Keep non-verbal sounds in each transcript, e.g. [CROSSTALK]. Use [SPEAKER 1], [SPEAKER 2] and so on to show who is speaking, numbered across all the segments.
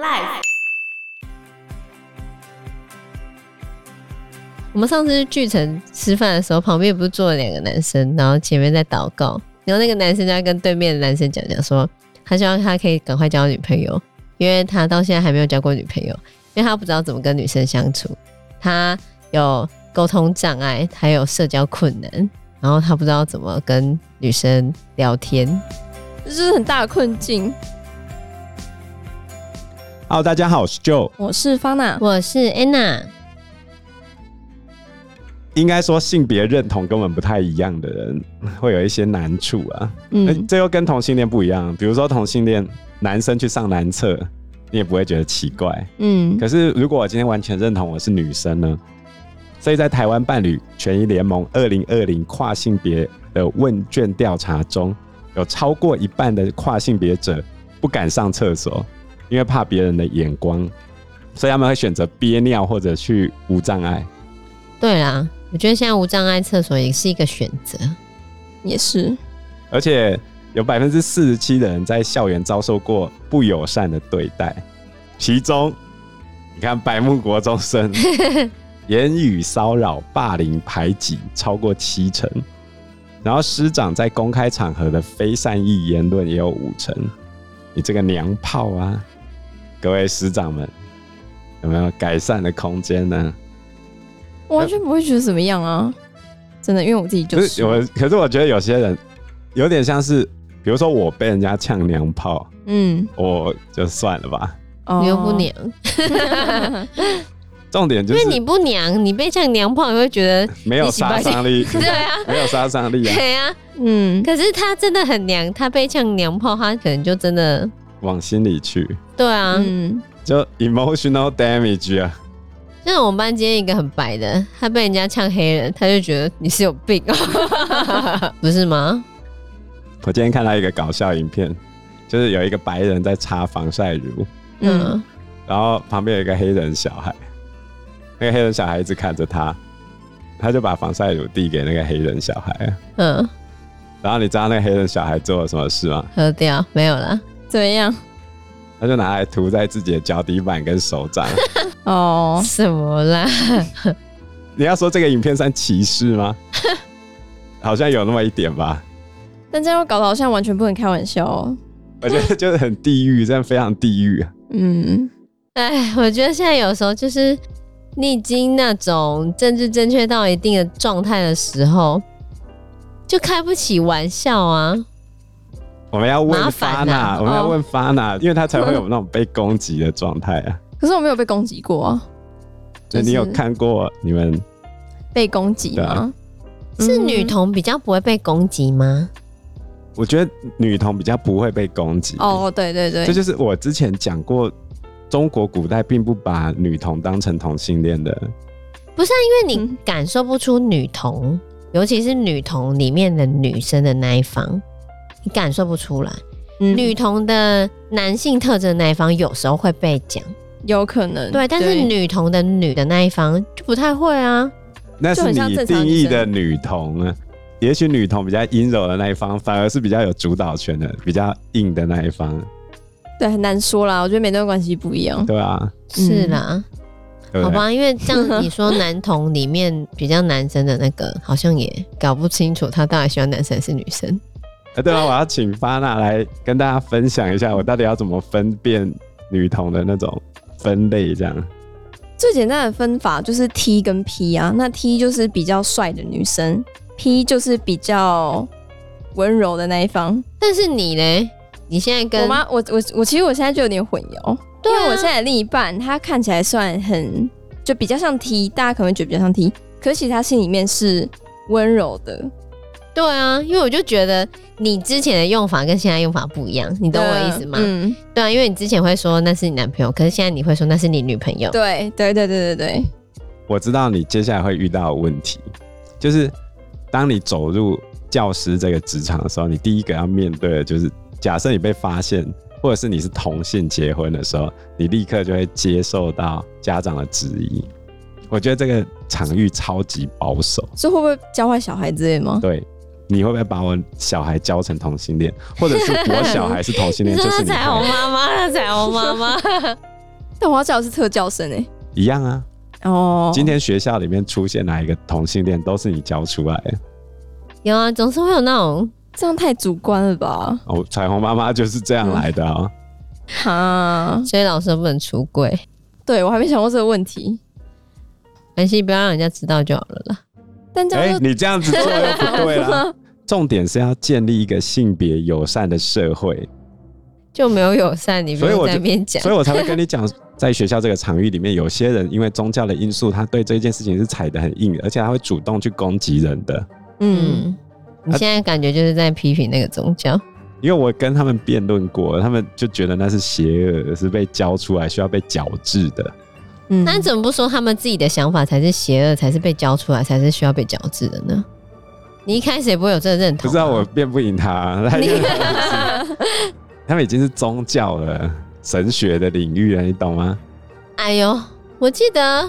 [SPEAKER 1] Life，
[SPEAKER 2] 我们上次去巨城吃饭的时候，旁边不是坐了两个男生，然后前面在祷告，然后那个男生就在跟对面的男生讲讲说，他希望他可以赶快交女朋友，因为他到现在还没有交过女朋友，因为他不知道怎么跟女生相处，他有沟通障碍，还有社交困难，然后他不知道怎么跟女生聊天。
[SPEAKER 3] 这是很大的困境。
[SPEAKER 4] Hello，大家好，我是 Joe。
[SPEAKER 3] 我是方娜，
[SPEAKER 2] 我是 Anna，
[SPEAKER 4] 应该说性别认同跟我们不太一样的人， [LAUGHS] 会有一些难处啊。嗯、
[SPEAKER 3] 嗯，
[SPEAKER 4] 这又跟同性恋不一样。比如说同性恋男生去上男厕，你也不会觉得奇怪。
[SPEAKER 3] 嗯，
[SPEAKER 4] 可是如果我今天完全认同我是女生呢？所以在台湾伴侣权益联盟二零二零跨性别的问卷调查中，有超过一半的跨性别者不敢上厕所，因为怕别人的眼光，所以他们会选择憋尿或者去无障碍。
[SPEAKER 2] 对啦，我觉得现在无障碍厕所也是一个选择。
[SPEAKER 3] 也是，
[SPEAKER 4] 而且有百分之四十七的人在校园遭受过不友善的对待，其中你看百慕国
[SPEAKER 3] [LAUGHS]
[SPEAKER 4] 中生言语骚扰、霸凌、排挤超过七成，然后师长在公开场合的非善意言论也有五成，你这个娘炮啊！各位师长们，有没有改善的空间呢？
[SPEAKER 3] 我完全不会觉得怎么样啊，真的，因为我自己就
[SPEAKER 4] 可
[SPEAKER 3] 是，
[SPEAKER 4] 是我，可是我觉得有些人有点像是，比如说我被人家呛娘炮，
[SPEAKER 3] 嗯，
[SPEAKER 4] 我就算了吧。
[SPEAKER 3] 哦
[SPEAKER 2] 你又不，娘，
[SPEAKER 4] 重点就
[SPEAKER 2] 因为
[SPEAKER 4] 是
[SPEAKER 2] 你不娘，你被像娘炮，你会觉 [LAUGHS] 得
[SPEAKER 4] 没有杀伤力，
[SPEAKER 2] [LAUGHS] 对啊，
[SPEAKER 4] [LAUGHS] 没有杀伤力
[SPEAKER 2] [LAUGHS]
[SPEAKER 4] 啊，
[SPEAKER 2] 对啊。
[SPEAKER 3] 嗯，
[SPEAKER 2] 可是他真的很娘，他被像娘炮，他可能就真的
[SPEAKER 4] 往心里去，
[SPEAKER 2] 对啊。
[SPEAKER 3] 嗯，
[SPEAKER 4] 就 emotional damage 啊。
[SPEAKER 2] 就像我们班今天一个很白的，他被人家呛黑人，他就觉得你是有
[SPEAKER 3] [LAUGHS]
[SPEAKER 2] 病，不是吗？
[SPEAKER 4] 我今天看到一个搞笑影片，就是有一个白人在擦防晒乳，
[SPEAKER 3] 嗯，
[SPEAKER 2] 嗯，
[SPEAKER 4] 然后旁边有一个黑人小孩，那个黑人小孩一直看着他，他就把防晒乳递给那个黑人小孩啊。
[SPEAKER 2] 嗯，
[SPEAKER 4] 然后你知道那个黑人小孩做了什么事吗？
[SPEAKER 2] 喝掉没有啦。
[SPEAKER 3] 怎么样？
[SPEAKER 4] 他就拿来涂在自己的脚底板跟手掌。
[SPEAKER 3] 哦，
[SPEAKER 2] 什么啦？
[SPEAKER 4] 你要说这个影片算歧视
[SPEAKER 3] [LAUGHS]
[SPEAKER 4] 吗？好像有那么一点吧。
[SPEAKER 3] 但这样搞得好像完全不能开玩笑哦，
[SPEAKER 4] 我觉得就是很地狱，真的非常地狱啊。
[SPEAKER 3] 嗯，
[SPEAKER 2] 哎，我觉得现在有时候就是你已经那种政治正确到一定的状态的时候，就开不起玩笑啊。
[SPEAKER 4] 我们要
[SPEAKER 2] 麻
[SPEAKER 4] 问发
[SPEAKER 2] 烦
[SPEAKER 4] 娜，
[SPEAKER 2] 啊
[SPEAKER 4] 我们要
[SPEAKER 2] 哦
[SPEAKER 4] 问发娜，因为她才会有那种被攻击的状态啊。
[SPEAKER 3] 可是我没有被攻击过啊，[LAUGHS]
[SPEAKER 4] 那
[SPEAKER 3] 就是
[SPEAKER 4] 你有看过你们
[SPEAKER 3] 被攻击
[SPEAKER 4] 对
[SPEAKER 3] 吗
[SPEAKER 4] 啊？
[SPEAKER 2] 是
[SPEAKER 3] 嗯
[SPEAKER 2] 女，童比较不会被攻击吗？
[SPEAKER 4] 我觉得女童比较不会被攻击，
[SPEAKER 3] 哦，对对对
[SPEAKER 4] 这，啊就是我之前讲过，中国古代并不把女童当成同性恋的。
[SPEAKER 2] 不是、啊，因为你
[SPEAKER 3] 嗯
[SPEAKER 2] 感受不出女童，尤其是女童里面的女生的那一方，你感受不出来。
[SPEAKER 3] 嗯
[SPEAKER 2] 女童的男性特征那一方有时候会被讲，
[SPEAKER 3] 有可能，
[SPEAKER 2] 对，但是女童的女的那一方就不太会啊。
[SPEAKER 4] 那是
[SPEAKER 3] 就很像
[SPEAKER 4] 你
[SPEAKER 3] 正常
[SPEAKER 4] 定
[SPEAKER 3] 女
[SPEAKER 4] 义
[SPEAKER 3] 生
[SPEAKER 4] 的女童啊。也许女童比较阴柔的那一方，反而是比较有主导权的、比较硬的那一方，
[SPEAKER 3] 对很难说啦，我觉得每段关系不一样，
[SPEAKER 4] [LAUGHS] 对吧？
[SPEAKER 3] 嗯
[SPEAKER 2] 是啦，
[SPEAKER 4] 对不
[SPEAKER 2] 好
[SPEAKER 4] 对？
[SPEAKER 2] 吧，因为这样你说男童里面比较男生的那个，好像也搞不清楚他到底喜欢男生还是女生。
[SPEAKER 4] 啊，对啊，我要请发娜来跟大家分享一下，我到底要怎么分辨女童的那种分类，这样。
[SPEAKER 3] 最简单的分法就是 T 跟 P 啊，那 T 就是比较帅的女生，P 就是比较温柔的那一方。
[SPEAKER 2] 但是你嘞，你现在
[SPEAKER 3] 我
[SPEAKER 2] 跟
[SPEAKER 3] 妈，我我我其实我现在就有点混淆，
[SPEAKER 2] 对啊
[SPEAKER 3] 因为我现在的另一半他看起来算很就比较像 T，大家可能会觉得比较像 T，可是其实他心里面是温柔的。
[SPEAKER 2] 对啊，因为我就觉得你之前的用法跟现在用法不一样，你懂我的意思吗？
[SPEAKER 3] 嗯，
[SPEAKER 2] 对啊，因为你之前会说那是你男朋友，可是现在你会说那是你女朋友。
[SPEAKER 3] 对对对对对对，
[SPEAKER 4] 我知道你接下来会遇到的问题，就是当你走入教师这个职场的时候，你第一个要面对的就是，假设你被发现，或者是你是同性结婚的时候，你立刻就会接受到家长的质疑。我觉得这个场域超级保守，
[SPEAKER 3] 所以会不会教坏小孩之类吗？
[SPEAKER 4] 对，你会不会把我小孩教成同性恋，或者是我小孩是同
[SPEAKER 2] [LAUGHS]
[SPEAKER 4] 性
[SPEAKER 2] 你
[SPEAKER 4] 恋，
[SPEAKER 2] 说
[SPEAKER 4] 就
[SPEAKER 2] 那
[SPEAKER 4] 是你的
[SPEAKER 2] 彩虹妈妈，那彩虹妈妈，
[SPEAKER 3] 但我要叫的是特教生哎、
[SPEAKER 4] 一样啊。
[SPEAKER 3] 哦，
[SPEAKER 4] 今天学校里面出现哪一个同性恋，都是你教出来
[SPEAKER 2] [LAUGHS]
[SPEAKER 4] 的。
[SPEAKER 2] [LAUGHS] 有啊，总是会有那种
[SPEAKER 3] 这样太主观了吧？
[SPEAKER 4] 哦，彩虹妈妈就是这样来的啊。
[SPEAKER 3] 哈，
[SPEAKER 2] [LAUGHS] 所以老师不能出柜，
[SPEAKER 3] 对我还没想过这个问题，
[SPEAKER 2] 反正不要让人家知道就好了啦。
[SPEAKER 3] 但
[SPEAKER 2] 嗯
[SPEAKER 3] 这
[SPEAKER 2] [LAUGHS]
[SPEAKER 4] 哎、
[SPEAKER 3] 样就、啊
[SPEAKER 4] 你这样子做又不对啊了。重点是要建立一个性别友善的社会，
[SPEAKER 2] 就没有友善，你不
[SPEAKER 4] 所以
[SPEAKER 2] 用
[SPEAKER 4] 我
[SPEAKER 2] 在
[SPEAKER 4] 就
[SPEAKER 2] 那边讲
[SPEAKER 4] 所。以我才会跟你讲，在学校这个场域里面，有些人因为宗教的因素，他对这件事情是踩得很硬，而且他会主动去攻击人的。
[SPEAKER 3] 嗯，
[SPEAKER 2] 嗯，你现在感觉就是在批评那个宗教，
[SPEAKER 4] 因为我跟他们辩论过，他们就觉得那是邪恶，是被教出来需要被矫治的。
[SPEAKER 3] 嗯
[SPEAKER 2] 那你怎么不说他们自己的想法才是邪恶，才是被教出来，才是需要被矫治的呢？你一开始也不会有这个认
[SPEAKER 4] 不
[SPEAKER 2] 同啊、
[SPEAKER 4] 知道我辩不赢他，他因为他们已经 [LAUGHS] 他们已经是宗教了，神学的领域了，你懂吗？
[SPEAKER 2] 哎呦，我记得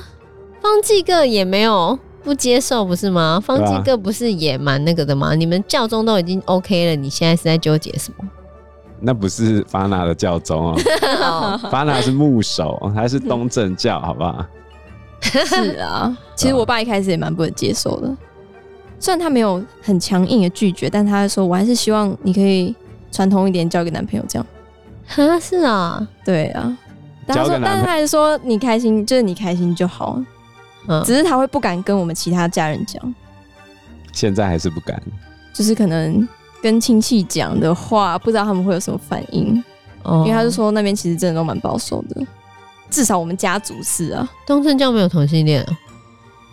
[SPEAKER 2] 方济各也没有不接受，不是吗？方济各不是也蛮那个的吗？你们教宗都已经 OK 了，你现在是在纠结什
[SPEAKER 3] [LAUGHS]
[SPEAKER 2] 么？
[SPEAKER 4] 那不是法纳的教宗哦，法纳是牧首，他是东正教，好不好？
[SPEAKER 3] 是 [LAUGHS] 啊，其实我爸一开始也蛮不能接受的，虽然他没有很强硬的拒绝，但他说我还是希望你可以传统一点，交一个男朋友这样。
[SPEAKER 2] 哈，是啊，
[SPEAKER 3] 对啊，但他
[SPEAKER 4] 交
[SPEAKER 3] 说
[SPEAKER 4] 个，男
[SPEAKER 3] 但
[SPEAKER 4] 朋友
[SPEAKER 3] 他还是说你开心，就是你开心就好。
[SPEAKER 2] 嗯，
[SPEAKER 3] 只是他会不敢跟我们其他家人讲，
[SPEAKER 4] 现在还是不敢。
[SPEAKER 3] 就是可能跟亲戚讲的话，不知道他们会有什么反应，
[SPEAKER 2] 哦
[SPEAKER 3] 因为他就说那边其实真的都蛮保守的，至少我们家族是啊，
[SPEAKER 2] 东正教没有同性恋、啊，？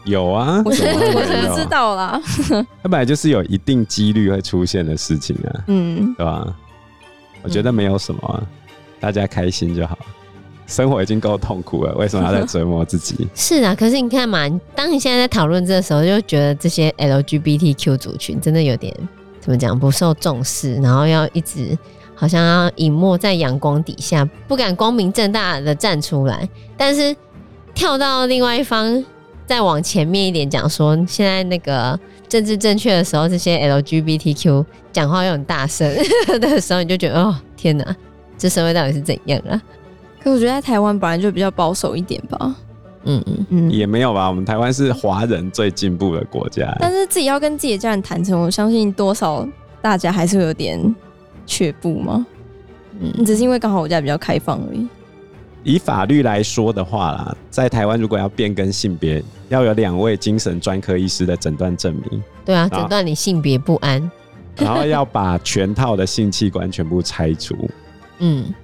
[SPEAKER 4] 有啊，
[SPEAKER 3] [LAUGHS] 我是
[SPEAKER 4] 怎么会
[SPEAKER 3] 我
[SPEAKER 4] 没有
[SPEAKER 3] 是知道啦，
[SPEAKER 4] 它本来就是有一定几率会出现的事情啊，
[SPEAKER 3] 嗯，
[SPEAKER 4] 对吧？我觉得没有什么啊、大家开心就好。生活已经够痛苦了，为什么要再折磨自己
[SPEAKER 2] 是啊。可是你看嘛，当你现在在讨论这的时候，就觉得这些 LGBTQ 族群真的有点怎么讲不受重视，然后要一直好像要隐没在阳光底下，不敢光明正大的站出来。但是跳到另外一方，再往前面一点讲说，现在那个政治正确的时候，这些 LGBTQ 讲话又很大声的时候，你就觉得哦天哪，这社会到底是怎样啊？
[SPEAKER 3] 可我觉得在台湾本来就比较保守一点吧，
[SPEAKER 2] 嗯嗯，
[SPEAKER 3] 嗯，
[SPEAKER 4] 也没有吧，我们台湾是华人最进步的国家、
[SPEAKER 3] 但是自己要跟自己的家人谈成，我相信多少大家还是会有点却步嘛，
[SPEAKER 2] 嗯
[SPEAKER 3] 只是因为刚好我家比较开放而已，
[SPEAKER 4] 以法律来说的话啦，在台湾如果要变更性别，要有两位精神专科医师的诊断证明，
[SPEAKER 2] 对啊，
[SPEAKER 4] 好
[SPEAKER 2] 诊断你性别不安。
[SPEAKER 4] 然后要把全套的性器官全部拆除，
[SPEAKER 2] 嗯，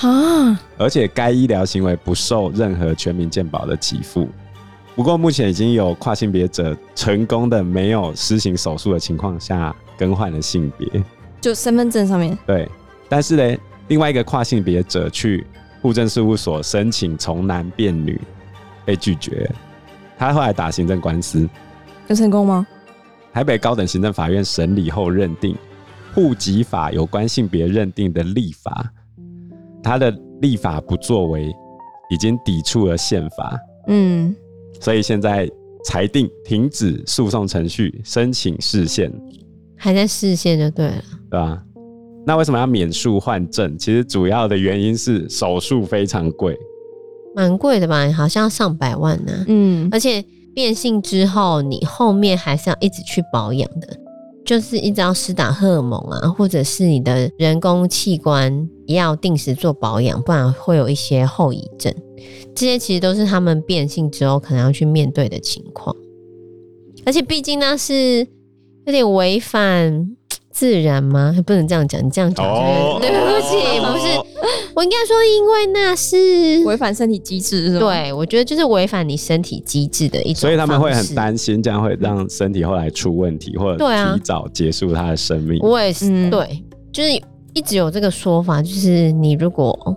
[SPEAKER 3] 啊，
[SPEAKER 4] 而且该医疗行为不受任何全民健保的给付。不过目前已经有跨性别者成功的没有施行手术的情况下更换了性别，
[SPEAKER 3] 就身份证上面，
[SPEAKER 4] 对。但是呢，另外一个跨性别者去户政事务所申请从男变女，被拒绝。他后来打行政官司，
[SPEAKER 3] 有成功吗？
[SPEAKER 4] 台北高等行政法院审理后认定，户籍法有关性别认定的立法，它的立法不作为，已经抵触了宪法，
[SPEAKER 3] 嗯，
[SPEAKER 4] 所以现在裁定停止诉讼程序，申请释宪，
[SPEAKER 2] 还在视线就对了。
[SPEAKER 4] 对吧？那为什么要免诉换证？其实主要的原因是手术非常贵，
[SPEAKER 2] 蛮贵的吧？好像上百万呢、
[SPEAKER 3] 嗯，
[SPEAKER 2] 而且变性之后，你后面还是要一直去保养的，就是一直要施打荷尔蒙啊，或者是你的人工器官也要定时做保养，不然会有一些后遗症。这些其实都是他们变性之后可能要去面对的情况。而且毕竟那是有点违反自然吗？不能这样讲，你这样讲就是、
[SPEAKER 4] 哦
[SPEAKER 2] 对不起，不是，我应该说，因为那是
[SPEAKER 3] 违反身体机制是吧？，
[SPEAKER 2] 对，我觉得就是违反你身体机制的一种，
[SPEAKER 4] 所以他们会很。担心，这样会让身体后来出问题，或
[SPEAKER 2] 对啊
[SPEAKER 4] 者提早结束他的生命。
[SPEAKER 2] 我也是，
[SPEAKER 3] 嗯
[SPEAKER 2] 对，就是一直有这个说法，就是你如果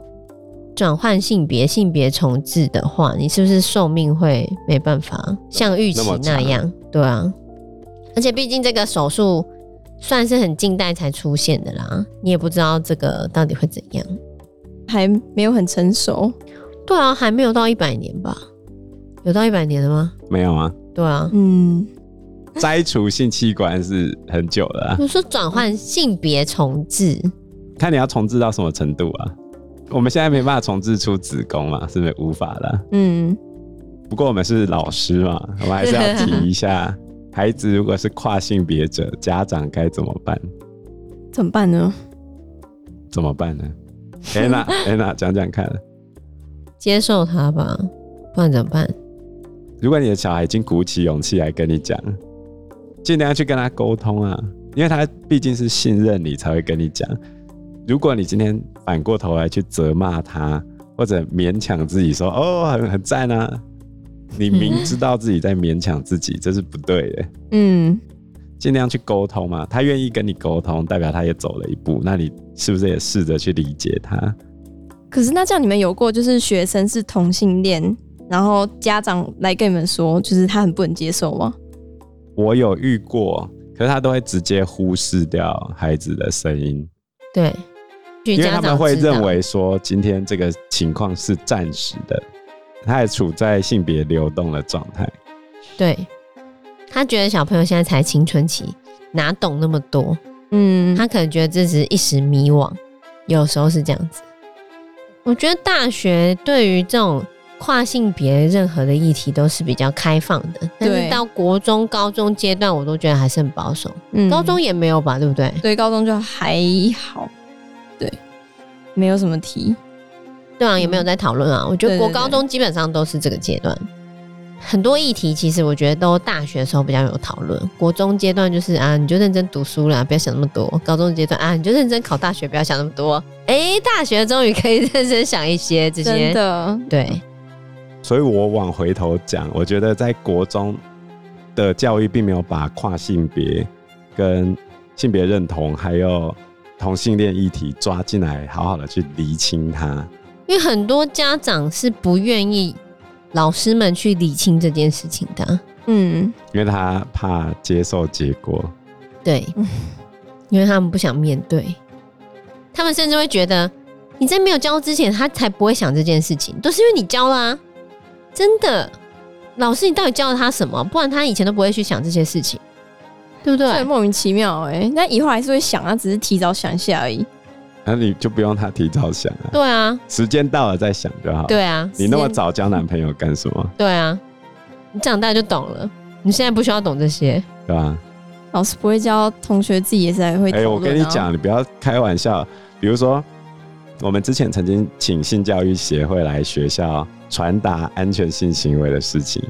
[SPEAKER 2] 转换性别、性别重置的话，你是不是寿命会没办法像预期
[SPEAKER 4] 那么
[SPEAKER 2] 那
[SPEAKER 4] 长
[SPEAKER 2] 样？对啊，而且毕竟这个手术算是很近代才出现的啦，你也不知道这个到底会怎样。
[SPEAKER 3] 还没有很成熟。
[SPEAKER 2] 对啊，还没有到一百年吧？有到一百年了吗？
[SPEAKER 4] 没有啊，
[SPEAKER 2] 对啊，
[SPEAKER 3] 嗯，
[SPEAKER 4] 摘除性器官是很久了
[SPEAKER 2] [LAUGHS]
[SPEAKER 4] 啊、
[SPEAKER 2] 我说转换性别重置，
[SPEAKER 4] 看你要重置到什么程度啊。我们现在没办法重置出子宫嘛，是没无法的啊。
[SPEAKER 3] 嗯，
[SPEAKER 4] 不过我们是老师嘛，我们还是要提一下，孩子如果是跨性别者，家长该怎么办？
[SPEAKER 3] 怎么办呢？
[SPEAKER 4] 怎么办呢？安娜，安娜，讲讲看。
[SPEAKER 2] 接受它吧，不然怎么办？
[SPEAKER 4] 如果你的小孩已经鼓起勇气来跟你讲，尽量去跟他沟通啊，因为他毕竟是信任你才会跟你讲。如果你今天反过头来去责骂他，或者勉强自己说“哦，很很赞啊”，你明知道自己在勉强自己，这是不对的。
[SPEAKER 3] 嗯，
[SPEAKER 4] 尽量去沟通嘛，他愿意跟你沟通，代表他也走了一步，那你是不是也试着去理解他？
[SPEAKER 3] 可是那这样你们有过就是学生是同性恋，然后家长来跟你们说，就是他很不能接受吗？
[SPEAKER 4] 我有遇过，可是他都会直接忽视掉孩子的声音。
[SPEAKER 2] 对，因
[SPEAKER 4] 因为他们会认为说，今天这个情况是暂时的，他也处在性别流动的状态。
[SPEAKER 2] 对，他觉得小朋友现在才青春期，哪懂那么多？
[SPEAKER 3] 嗯，
[SPEAKER 2] 他可能觉得这只是一时迷惘，有时候是这样子。我觉得大学对于这种跨性别任何的议题都是比较开放的，但
[SPEAKER 3] 对
[SPEAKER 2] 是到国中、高中阶段，我都觉得还是很保守。
[SPEAKER 3] 嗯
[SPEAKER 2] 高中也没有吧，对不对？
[SPEAKER 3] [LAUGHS] 对高中就还好，对，没有什么题，
[SPEAKER 2] 对啊，也没有在讨论啊。我觉
[SPEAKER 3] 嗯对对
[SPEAKER 2] 得国
[SPEAKER 3] 对
[SPEAKER 2] 高中基本上都是这个阶段，很多议题其实我觉得都大学的时候比较有讨论，国中阶段就是啊，你就认真读书啦，不要想那么多；高中阶段啊，你就认真考大学，不要想那么多。哎，大学终于可以 [LAUGHS] 认真想一些这
[SPEAKER 3] 真
[SPEAKER 2] 些，
[SPEAKER 3] 的，
[SPEAKER 2] 对
[SPEAKER 4] 所以我往回头讲，我觉得在国中的教育并没有把跨性别、跟性别认同还有同性恋议题抓进来，好好的去厘清它。
[SPEAKER 2] 因为很多家长是不愿意老师们去理清这件事情的啊、
[SPEAKER 3] 嗯，
[SPEAKER 4] 因为他怕接受结果，
[SPEAKER 2] 对，因为他们不想面对，他们甚至会觉得你在没有教之前，他才不会想这件事情，都是因为你教啦、真的。老师，你到底教了他什么？不然他以前都不会去想这些事情，对不对？
[SPEAKER 3] 对，莫名其妙哎、那以后还是会想，啊他只是提早想一下而已，
[SPEAKER 4] 那你就不用他提早想啊，
[SPEAKER 2] 对啊，
[SPEAKER 4] 时间到了再想就好。，
[SPEAKER 2] 对啊，
[SPEAKER 4] 你那么
[SPEAKER 2] 时间，
[SPEAKER 4] 早交男朋友干什么？
[SPEAKER 2] 对啊，你长大就懂了，你现在不需要懂这些。
[SPEAKER 4] 对吧、
[SPEAKER 3] 老师不会教同学自己也是还会讨
[SPEAKER 4] 哎、
[SPEAKER 3] 论啊、
[SPEAKER 4] 我跟你讲，你不要开玩笑。比如说，我们之前曾经请性教育协会来学校传达安全性行为的事情，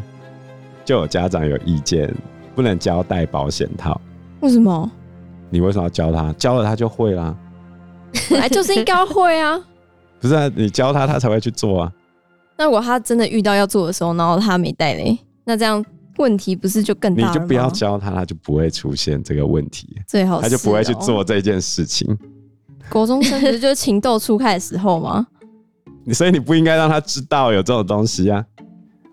[SPEAKER 4] 就有家长有意见，不能交代保险套。
[SPEAKER 3] 为什么？
[SPEAKER 4] 你为什么要教他？教了他就会啦。
[SPEAKER 3] 本来哎就是应该要会啊。
[SPEAKER 4] 不是啊，你教他，他才会去做啊。
[SPEAKER 3] 那如果他真的遇到要做的时候，然后他没带嘞，那这样问题不是就更
[SPEAKER 4] 你
[SPEAKER 3] 大了吗
[SPEAKER 4] 就不要教他，他就不会出现这个问题，
[SPEAKER 3] 最好是
[SPEAKER 4] 他就不会去
[SPEAKER 3] 哦
[SPEAKER 4] 做这件事情。
[SPEAKER 3] 国中生不是就是情窦初开的时候吗？
[SPEAKER 4] 你所以你不应该让他知道有这种东西啊。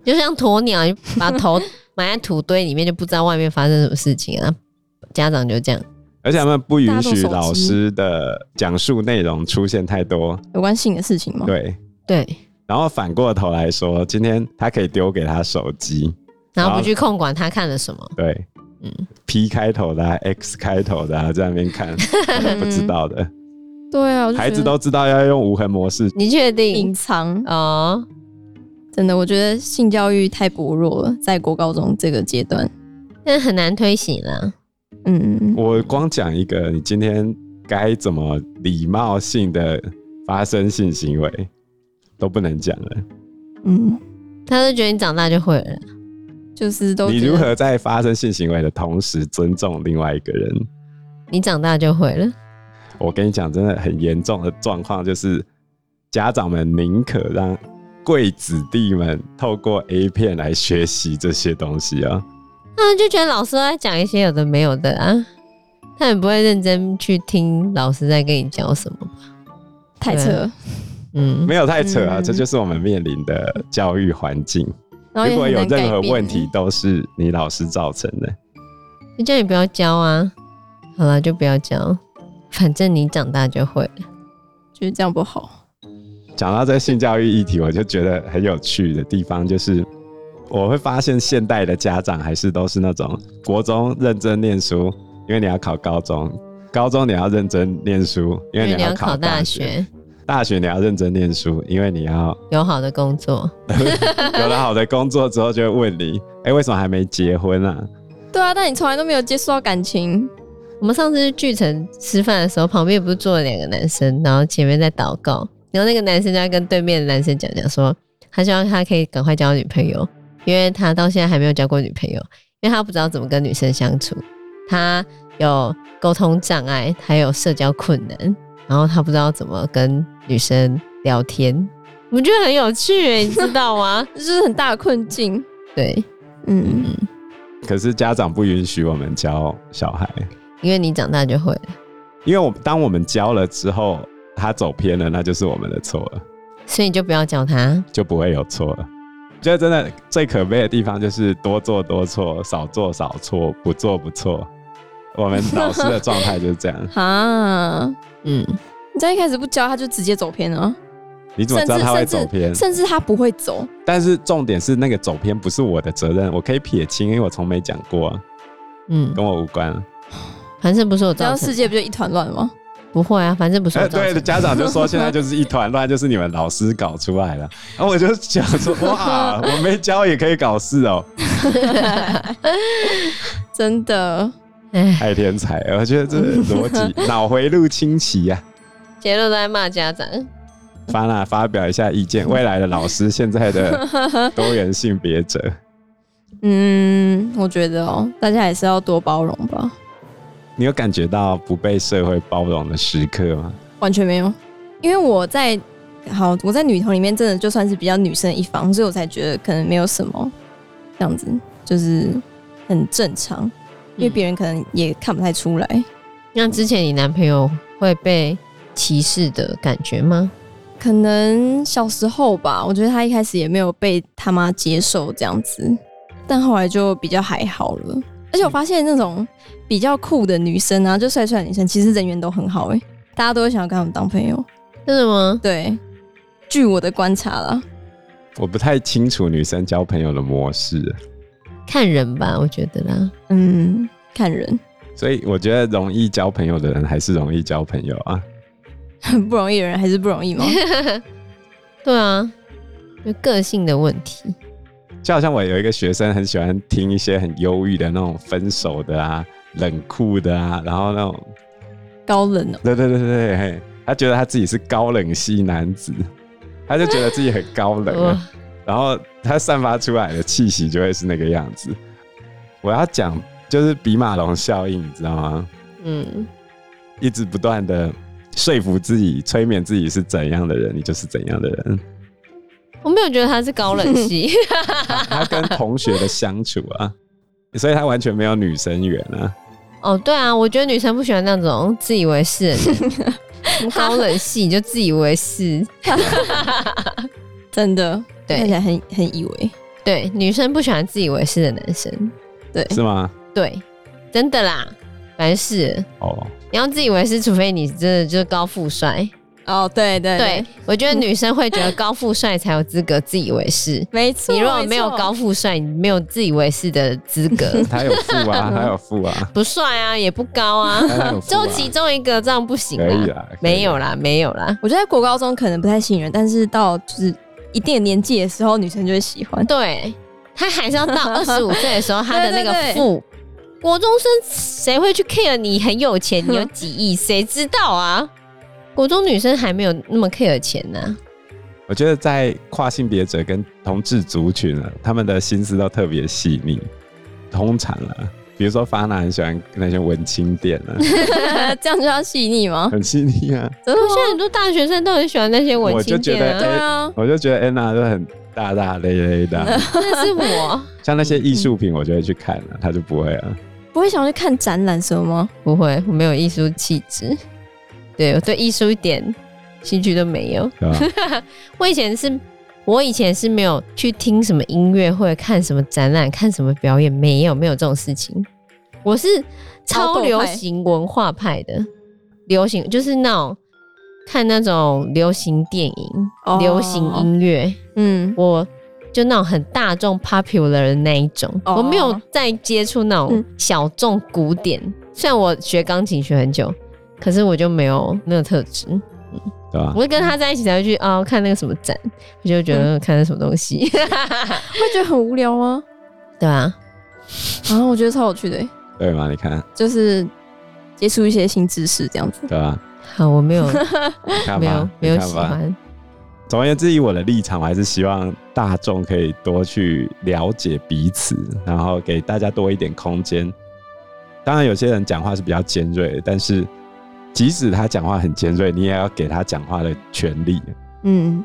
[SPEAKER 2] 就像鸵鸟，你把头 [LAUGHS] 埋在土堆里面，就不知道外面发生什么事情啊。家长就这样，
[SPEAKER 4] 而且他们不允
[SPEAKER 3] 大众
[SPEAKER 4] 许
[SPEAKER 3] 手机哦
[SPEAKER 4] 老师的讲述内容出现太多，
[SPEAKER 3] 有关性的事情吗？
[SPEAKER 4] 对，
[SPEAKER 2] 对，
[SPEAKER 4] 然后反过头来说，今天他可以丢给他手机，
[SPEAKER 2] 然后
[SPEAKER 4] 好
[SPEAKER 2] 不去控管他看了什么。
[SPEAKER 4] 对，嗯
[SPEAKER 2] 嗯
[SPEAKER 4] ，P 开头的、啊、X 开头的、啊，在那
[SPEAKER 3] [LAUGHS]
[SPEAKER 4] 边看，他都不知道的，
[SPEAKER 3] 对啊，我就觉得
[SPEAKER 4] 孩子都知道要用无痕模式，
[SPEAKER 2] 你确
[SPEAKER 3] 隐
[SPEAKER 2] 定？
[SPEAKER 3] 藏，
[SPEAKER 2] 哦，
[SPEAKER 3] 真的，我觉得性教育太薄弱了，在国高中这个阶段，
[SPEAKER 2] 但很难推行啦。
[SPEAKER 3] 嗯，
[SPEAKER 4] 我光讲一个，你今天该怎么礼貌性的发生性行为都不能讲了，
[SPEAKER 3] 嗯，
[SPEAKER 2] 他就觉得你长大就会了啦。
[SPEAKER 3] 就是都
[SPEAKER 4] 你
[SPEAKER 3] 觉得
[SPEAKER 4] 如何在发生性行为的同时尊重另外一个人？
[SPEAKER 2] 你长大就会了。
[SPEAKER 4] 我跟你讲，真的很严重的状况就是，家长们宁可让贵子弟们透过 A 片来学习这些东西啊。
[SPEAKER 3] 嗯
[SPEAKER 2] 他们就觉得老师都在讲一些有的没有的啊，他也不会认真去听老师在跟你讲什么吧。
[SPEAKER 3] 太扯了，
[SPEAKER 2] 嗯，
[SPEAKER 4] 没有太扯啊，
[SPEAKER 3] 嗯
[SPEAKER 4] 这就是我们面临的教育环境。
[SPEAKER 3] 然后
[SPEAKER 4] 如
[SPEAKER 3] 哦也很
[SPEAKER 4] 果有
[SPEAKER 3] 难改
[SPEAKER 4] 任何
[SPEAKER 3] 变
[SPEAKER 4] 问题，，都是你老师造成的。
[SPEAKER 2] 就叫你不要教啊。好了，就不要教，反正你长大就会了。
[SPEAKER 3] 觉得这样不好，
[SPEAKER 4] 讲到这性教育议题，我就觉得很有趣的地方就是，我会发现现代的家长还是都是那种国中认真念书，因为你要考高中；高中你要认真念书，
[SPEAKER 2] 因
[SPEAKER 4] 因为
[SPEAKER 2] 为
[SPEAKER 4] 你
[SPEAKER 2] 你要
[SPEAKER 4] 考
[SPEAKER 2] 考大
[SPEAKER 4] 学；
[SPEAKER 2] 学，
[SPEAKER 4] 大学你要认真念书，因为你要
[SPEAKER 3] [LAUGHS]
[SPEAKER 2] 有好的工作，
[SPEAKER 4] 有了好的工作之后，就会问你：哎、为什么还没结婚啊？
[SPEAKER 3] 对啊，但你从来都没有接触到感情，？
[SPEAKER 2] 我们上次去巨城吃饭的时候，旁边不是坐了两个男生，然后前面在祷告，然后那个男生就要跟对面的男生讲讲说，他希望他可以赶快交女朋友，因为他到现在还没有交过女朋友，因为他不知道怎么跟女生相处，他有沟通障碍，还有社交困难，然后他不知道怎么跟女生聊天，我觉得很有趣耶，你知道吗 [LAUGHS]
[SPEAKER 3] 这是很大的困境。
[SPEAKER 2] 对，
[SPEAKER 3] 嗯，。
[SPEAKER 4] 可是家长不允许我们教小孩，
[SPEAKER 2] 因为你长大就会了，
[SPEAKER 4] 因为我当我们教了之后，他走偏了，那就是我们的错了。
[SPEAKER 2] 所以你就不要教他。
[SPEAKER 4] 就不会有错了。我觉得真的最可悲的地方就是多做多错，少做少错，不做不错。我们老师的状态就是这样
[SPEAKER 3] 哈，
[SPEAKER 2] 嗯，
[SPEAKER 3] 你在一开始不教，他就直接走偏了啊，
[SPEAKER 4] 你怎么知道他会走偏？
[SPEAKER 3] 甚至他不会走。
[SPEAKER 4] 但是重点是那个走偏不是我的责任，我可以撇清，因为我从没讲过啊，
[SPEAKER 2] 嗯，
[SPEAKER 4] 跟我无关啊。
[SPEAKER 2] 反正不是我
[SPEAKER 3] 然
[SPEAKER 2] 造
[SPEAKER 3] 后
[SPEAKER 2] 成
[SPEAKER 3] 世
[SPEAKER 2] 的，
[SPEAKER 3] 界不就一团乱吗？
[SPEAKER 2] 不会啊，反正不是
[SPEAKER 4] [LAUGHS] 哎、
[SPEAKER 2] 我造成
[SPEAKER 4] 对，
[SPEAKER 2] 的。
[SPEAKER 4] 家长就说现在就是一团乱，就是你们老师搞出来了。然后我就想说，哇，我没教也可以搞事哦， [LAUGHS]
[SPEAKER 3] 真的，
[SPEAKER 2] 哎，
[SPEAKER 4] 太天才了！我觉得这逻辑脑回路清奇呀、啊。
[SPEAKER 2] 杰洛都在骂家长，
[SPEAKER 4] 发啦，发表一下意见，未来的老师，现在的多元性别者，
[SPEAKER 3] 嗯，我觉得哦，大家还是要多包容吧。
[SPEAKER 4] 你有感觉到不被社会包容的时刻吗？
[SPEAKER 3] 完全没有，因为我在好，我在女团里面真的就算是比较女生的一方，所以我才觉得可能没有什么这样子，就是很正常，因为别人可能也看不太出来。
[SPEAKER 2] 那之前你男朋友会被歧视的感觉吗？
[SPEAKER 3] 可能小时候吧，我觉得他一开始也没有被他妈接受这样子，但后来就比较还好了。而且我发现那种比较酷的女生啊，就帅帅的女生，其实人缘都很好哎、大家都会想要跟他们当朋友。
[SPEAKER 2] 真的吗？
[SPEAKER 3] 对，据我的观察啦，
[SPEAKER 4] 我不太清楚女生交朋友的模式，
[SPEAKER 2] 看人吧，我觉得啦。
[SPEAKER 3] 嗯，看人。
[SPEAKER 4] 所以我觉得容易交朋友的人还是容易交朋友啊。
[SPEAKER 3] [LAUGHS] 很不容易的人还是不容
[SPEAKER 2] [LAUGHS]
[SPEAKER 3] 易吗？
[SPEAKER 2] 对啊，就个性的问题。
[SPEAKER 4] 就好像我有一个学生很喜欢听一些很忧郁的那种分手的啊、冷酷的啊，然后那种
[SPEAKER 3] 高冷哦、
[SPEAKER 4] 对对对对对，嘿他觉得他自己是高冷系男子，他就觉得自己很高冷
[SPEAKER 2] [LAUGHS]
[SPEAKER 4] 啊、
[SPEAKER 2] 哇，
[SPEAKER 4] 然后它散发出来的气息就会是那个样子。我要讲就是比马龙效应，你知道吗？
[SPEAKER 2] 嗯，
[SPEAKER 4] 一直不断的说服自己、催眠自己是怎样的人，你就是怎样的人。
[SPEAKER 2] 我没有觉得他是高冷
[SPEAKER 4] [LAUGHS]
[SPEAKER 2] 系，
[SPEAKER 4] 他他跟同学的相处啊，所以他完全没有女生缘啊。
[SPEAKER 2] 哦，对啊，我觉得女生不喜欢那种自以为是的人，什么高冷系你就自以为是，
[SPEAKER 3] 真的，看起
[SPEAKER 2] 对
[SPEAKER 3] 来很很以为，
[SPEAKER 2] 对，女生不喜欢自以为是的男生，
[SPEAKER 3] 对，
[SPEAKER 4] 是吗？
[SPEAKER 2] 对，真的啦，凡事
[SPEAKER 4] 哦，。
[SPEAKER 2] 你要自以为是，除非你真的就是高富帅。
[SPEAKER 3] 哦，对对
[SPEAKER 2] 对，，我觉得女生会觉得高富帅才有资格自以为
[SPEAKER 3] [LAUGHS]
[SPEAKER 2] 是。
[SPEAKER 3] 没错，
[SPEAKER 2] 你如果没有
[SPEAKER 3] 错
[SPEAKER 2] 高，富帅，你没有自以为是的资格
[SPEAKER 4] 他有富啊，他有富啊，
[SPEAKER 2] [LAUGHS] 不帅啊，也不高啊，
[SPEAKER 3] [LAUGHS]
[SPEAKER 4] 他有富啊
[SPEAKER 2] 就其中一个这样不行
[SPEAKER 4] 可以
[SPEAKER 2] 啊。
[SPEAKER 4] 啦，可以
[SPEAKER 2] 没有啦，没有啦。
[SPEAKER 3] 我觉得在国高中可能不太吸引人，但是到就是一定的年纪的时候，女生就会
[SPEAKER 2] [LAUGHS]
[SPEAKER 3] 喜欢。
[SPEAKER 2] 对，他还是要
[SPEAKER 3] [LAUGHS]
[SPEAKER 2] 到二十五岁的时候，他的那个
[SPEAKER 3] 对对对
[SPEAKER 2] 富。国中生谁会去 care 你很有钱，你有几亿，谁知道啊？国中女生还没有那么 care 钱啊呢、
[SPEAKER 4] 我觉得在跨性别者跟同志族群啊，他们的心思都特别细腻。通常啊，比如说法娜很喜欢那些文青店
[SPEAKER 2] [LAUGHS]
[SPEAKER 4] 啊，
[SPEAKER 3] 这样就要细腻吗？
[SPEAKER 4] 很细腻啊。
[SPEAKER 3] 真的
[SPEAKER 2] 我现在很多大学生都很喜欢那些文青店
[SPEAKER 4] 我就觉
[SPEAKER 2] 啊
[SPEAKER 4] 得，
[SPEAKER 3] 对啊，
[SPEAKER 4] 我就觉得安娜都很大大咧咧的
[SPEAKER 2] [LAUGHS]
[SPEAKER 4] 啊、
[SPEAKER 2] 那是我
[SPEAKER 4] 像那些艺术品，我就会去看了、啊，她就不会啊。
[SPEAKER 3] 不会想要去看展览什么吗？
[SPEAKER 2] [LAUGHS] 不会，我没有艺术气质，对我对艺术一点兴趣都没有。
[SPEAKER 4] 对
[SPEAKER 2] [LAUGHS]
[SPEAKER 4] 吧？
[SPEAKER 2] 我以前是，我以前是没有去听什么音乐会、看什么展览、看什么表演，没有没有这种事情。我是超流行文化派的，流行就是那种看那种流行电影、
[SPEAKER 3] 哦
[SPEAKER 2] 流行音乐，
[SPEAKER 3] 嗯，
[SPEAKER 2] 我。就那种很大众 popular 的那一种，
[SPEAKER 3] 哦
[SPEAKER 2] 我没有再接触那种
[SPEAKER 3] 嗯
[SPEAKER 2] 小众古典。虽然我学钢琴学很久，可是我就没有那个特质。
[SPEAKER 4] 啊对吧？
[SPEAKER 2] 我会跟他在一起才会去哦看那个什么展，我就觉得、
[SPEAKER 3] 嗯
[SPEAKER 2] 呃看那什么东
[SPEAKER 3] [LAUGHS]
[SPEAKER 2] 西，
[SPEAKER 3] 会觉得很无聊吗？
[SPEAKER 2] 对啊，
[SPEAKER 3] 啊，我觉得超有趣的欸，
[SPEAKER 4] 对吗？你看，
[SPEAKER 3] 就是接触一些新知识这样子。
[SPEAKER 4] 对吧？
[SPEAKER 2] 好，我没有
[SPEAKER 4] 你看
[SPEAKER 2] 没有
[SPEAKER 4] 吧，
[SPEAKER 2] 没
[SPEAKER 4] 你
[SPEAKER 2] 有
[SPEAKER 4] 看
[SPEAKER 2] 喜
[SPEAKER 4] 吧。
[SPEAKER 2] 欢，
[SPEAKER 4] 总而言之，以我的立场，我还是希望大众可以多去了解彼此，然后给大家多一点空间。当然，有些人讲话是比较尖锐的，但是即使他讲话很尖锐，你也要给他讲话的权利。
[SPEAKER 3] 嗯，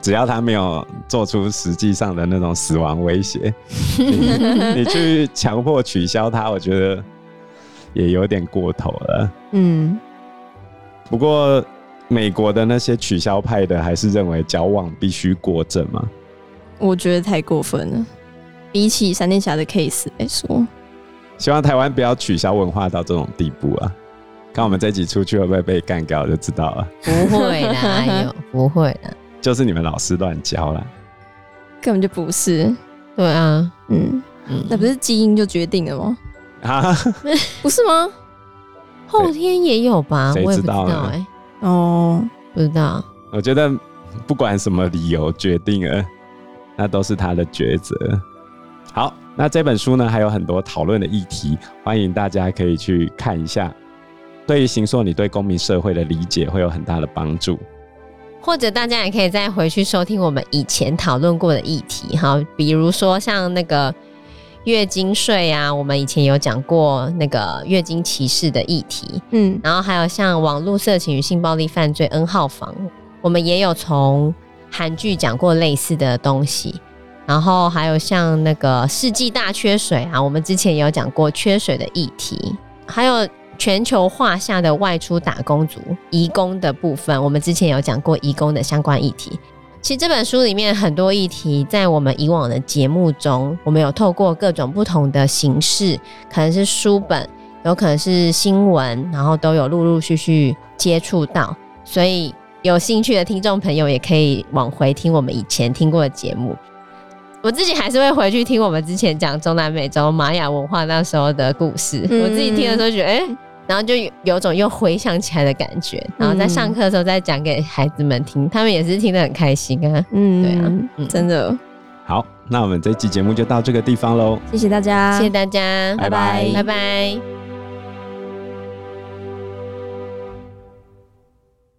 [SPEAKER 4] 只要他没有做出实际上的那种死亡威胁，你你去强迫取消他，我觉得也有点过头了。
[SPEAKER 3] 嗯，
[SPEAKER 4] 不过，美国的那些取消派的还是认为交往必须过正嘛，
[SPEAKER 3] 我觉得太过分了。比起闪电侠的 case 来说，
[SPEAKER 4] 希望台湾不要取消文化到这种地步啊！看我们这集出去会不会被干掉就知道了，
[SPEAKER 2] 不会啦，
[SPEAKER 3] [LAUGHS]
[SPEAKER 2] 哎呦，不会啦，
[SPEAKER 4] 就是你们老师乱教啦。
[SPEAKER 3] 根本就不是。
[SPEAKER 2] 对啊，
[SPEAKER 3] 嗯，
[SPEAKER 2] 嗯，
[SPEAKER 3] 那不是基因就决定了吗？
[SPEAKER 4] 啊，
[SPEAKER 3] 不是吗？
[SPEAKER 2] 后天也有吧？
[SPEAKER 4] 谁
[SPEAKER 2] 我也不
[SPEAKER 4] 知
[SPEAKER 2] 知
[SPEAKER 4] 道呢
[SPEAKER 2] 道哎、
[SPEAKER 3] 哦，
[SPEAKER 2] 不知道。
[SPEAKER 4] 我觉得不管什么理由决定了，那都是他的抉择。好，那这本书呢还有很多讨论的议题，欢迎大家可以去看一下。对于行硕，你对公民社会的理解会有很大的帮助。
[SPEAKER 2] 或者大家也可以再回去收听我们以前讨论过的议题哈，比如说像那个月经税啊，我们以前有讲过那个月经歧视的议题，
[SPEAKER 3] 嗯
[SPEAKER 2] 然后还有像网络色情与性暴力犯罪 N 号房，我们也有从韩剧讲过类似的东西。然后还有像那个世纪大缺水啊，我们之前也有讲过缺水的议题，还有全球化下的外出打工族、移工的部分，我们之前有讲过移工的相关议题。其实这本书里面很多议题，在我们以往的节目中，我们有透过各种不同的形式，可能是书本，有可能是新闻，然后都有陆陆续续接触到，所以有兴趣的听众朋友也可以往回听我们以前听过的节目。我自己还是会回去听我们之前讲中南美洲玛雅文化那时候的故事，
[SPEAKER 3] 嗯
[SPEAKER 2] 我自己听的时候觉得，哎、然后就有有种又回想起来的感觉。然后在
[SPEAKER 3] 嗯
[SPEAKER 2] 上课的时候再讲给孩子们听，他们也是听得很开心啊。
[SPEAKER 3] 嗯，
[SPEAKER 2] 对啊嗯
[SPEAKER 3] 真的，
[SPEAKER 4] 好，那我们这期节目就到这个地方喽。
[SPEAKER 3] 啊谢谢大家，
[SPEAKER 2] 谢谢大家，
[SPEAKER 4] 拜拜
[SPEAKER 2] 拜拜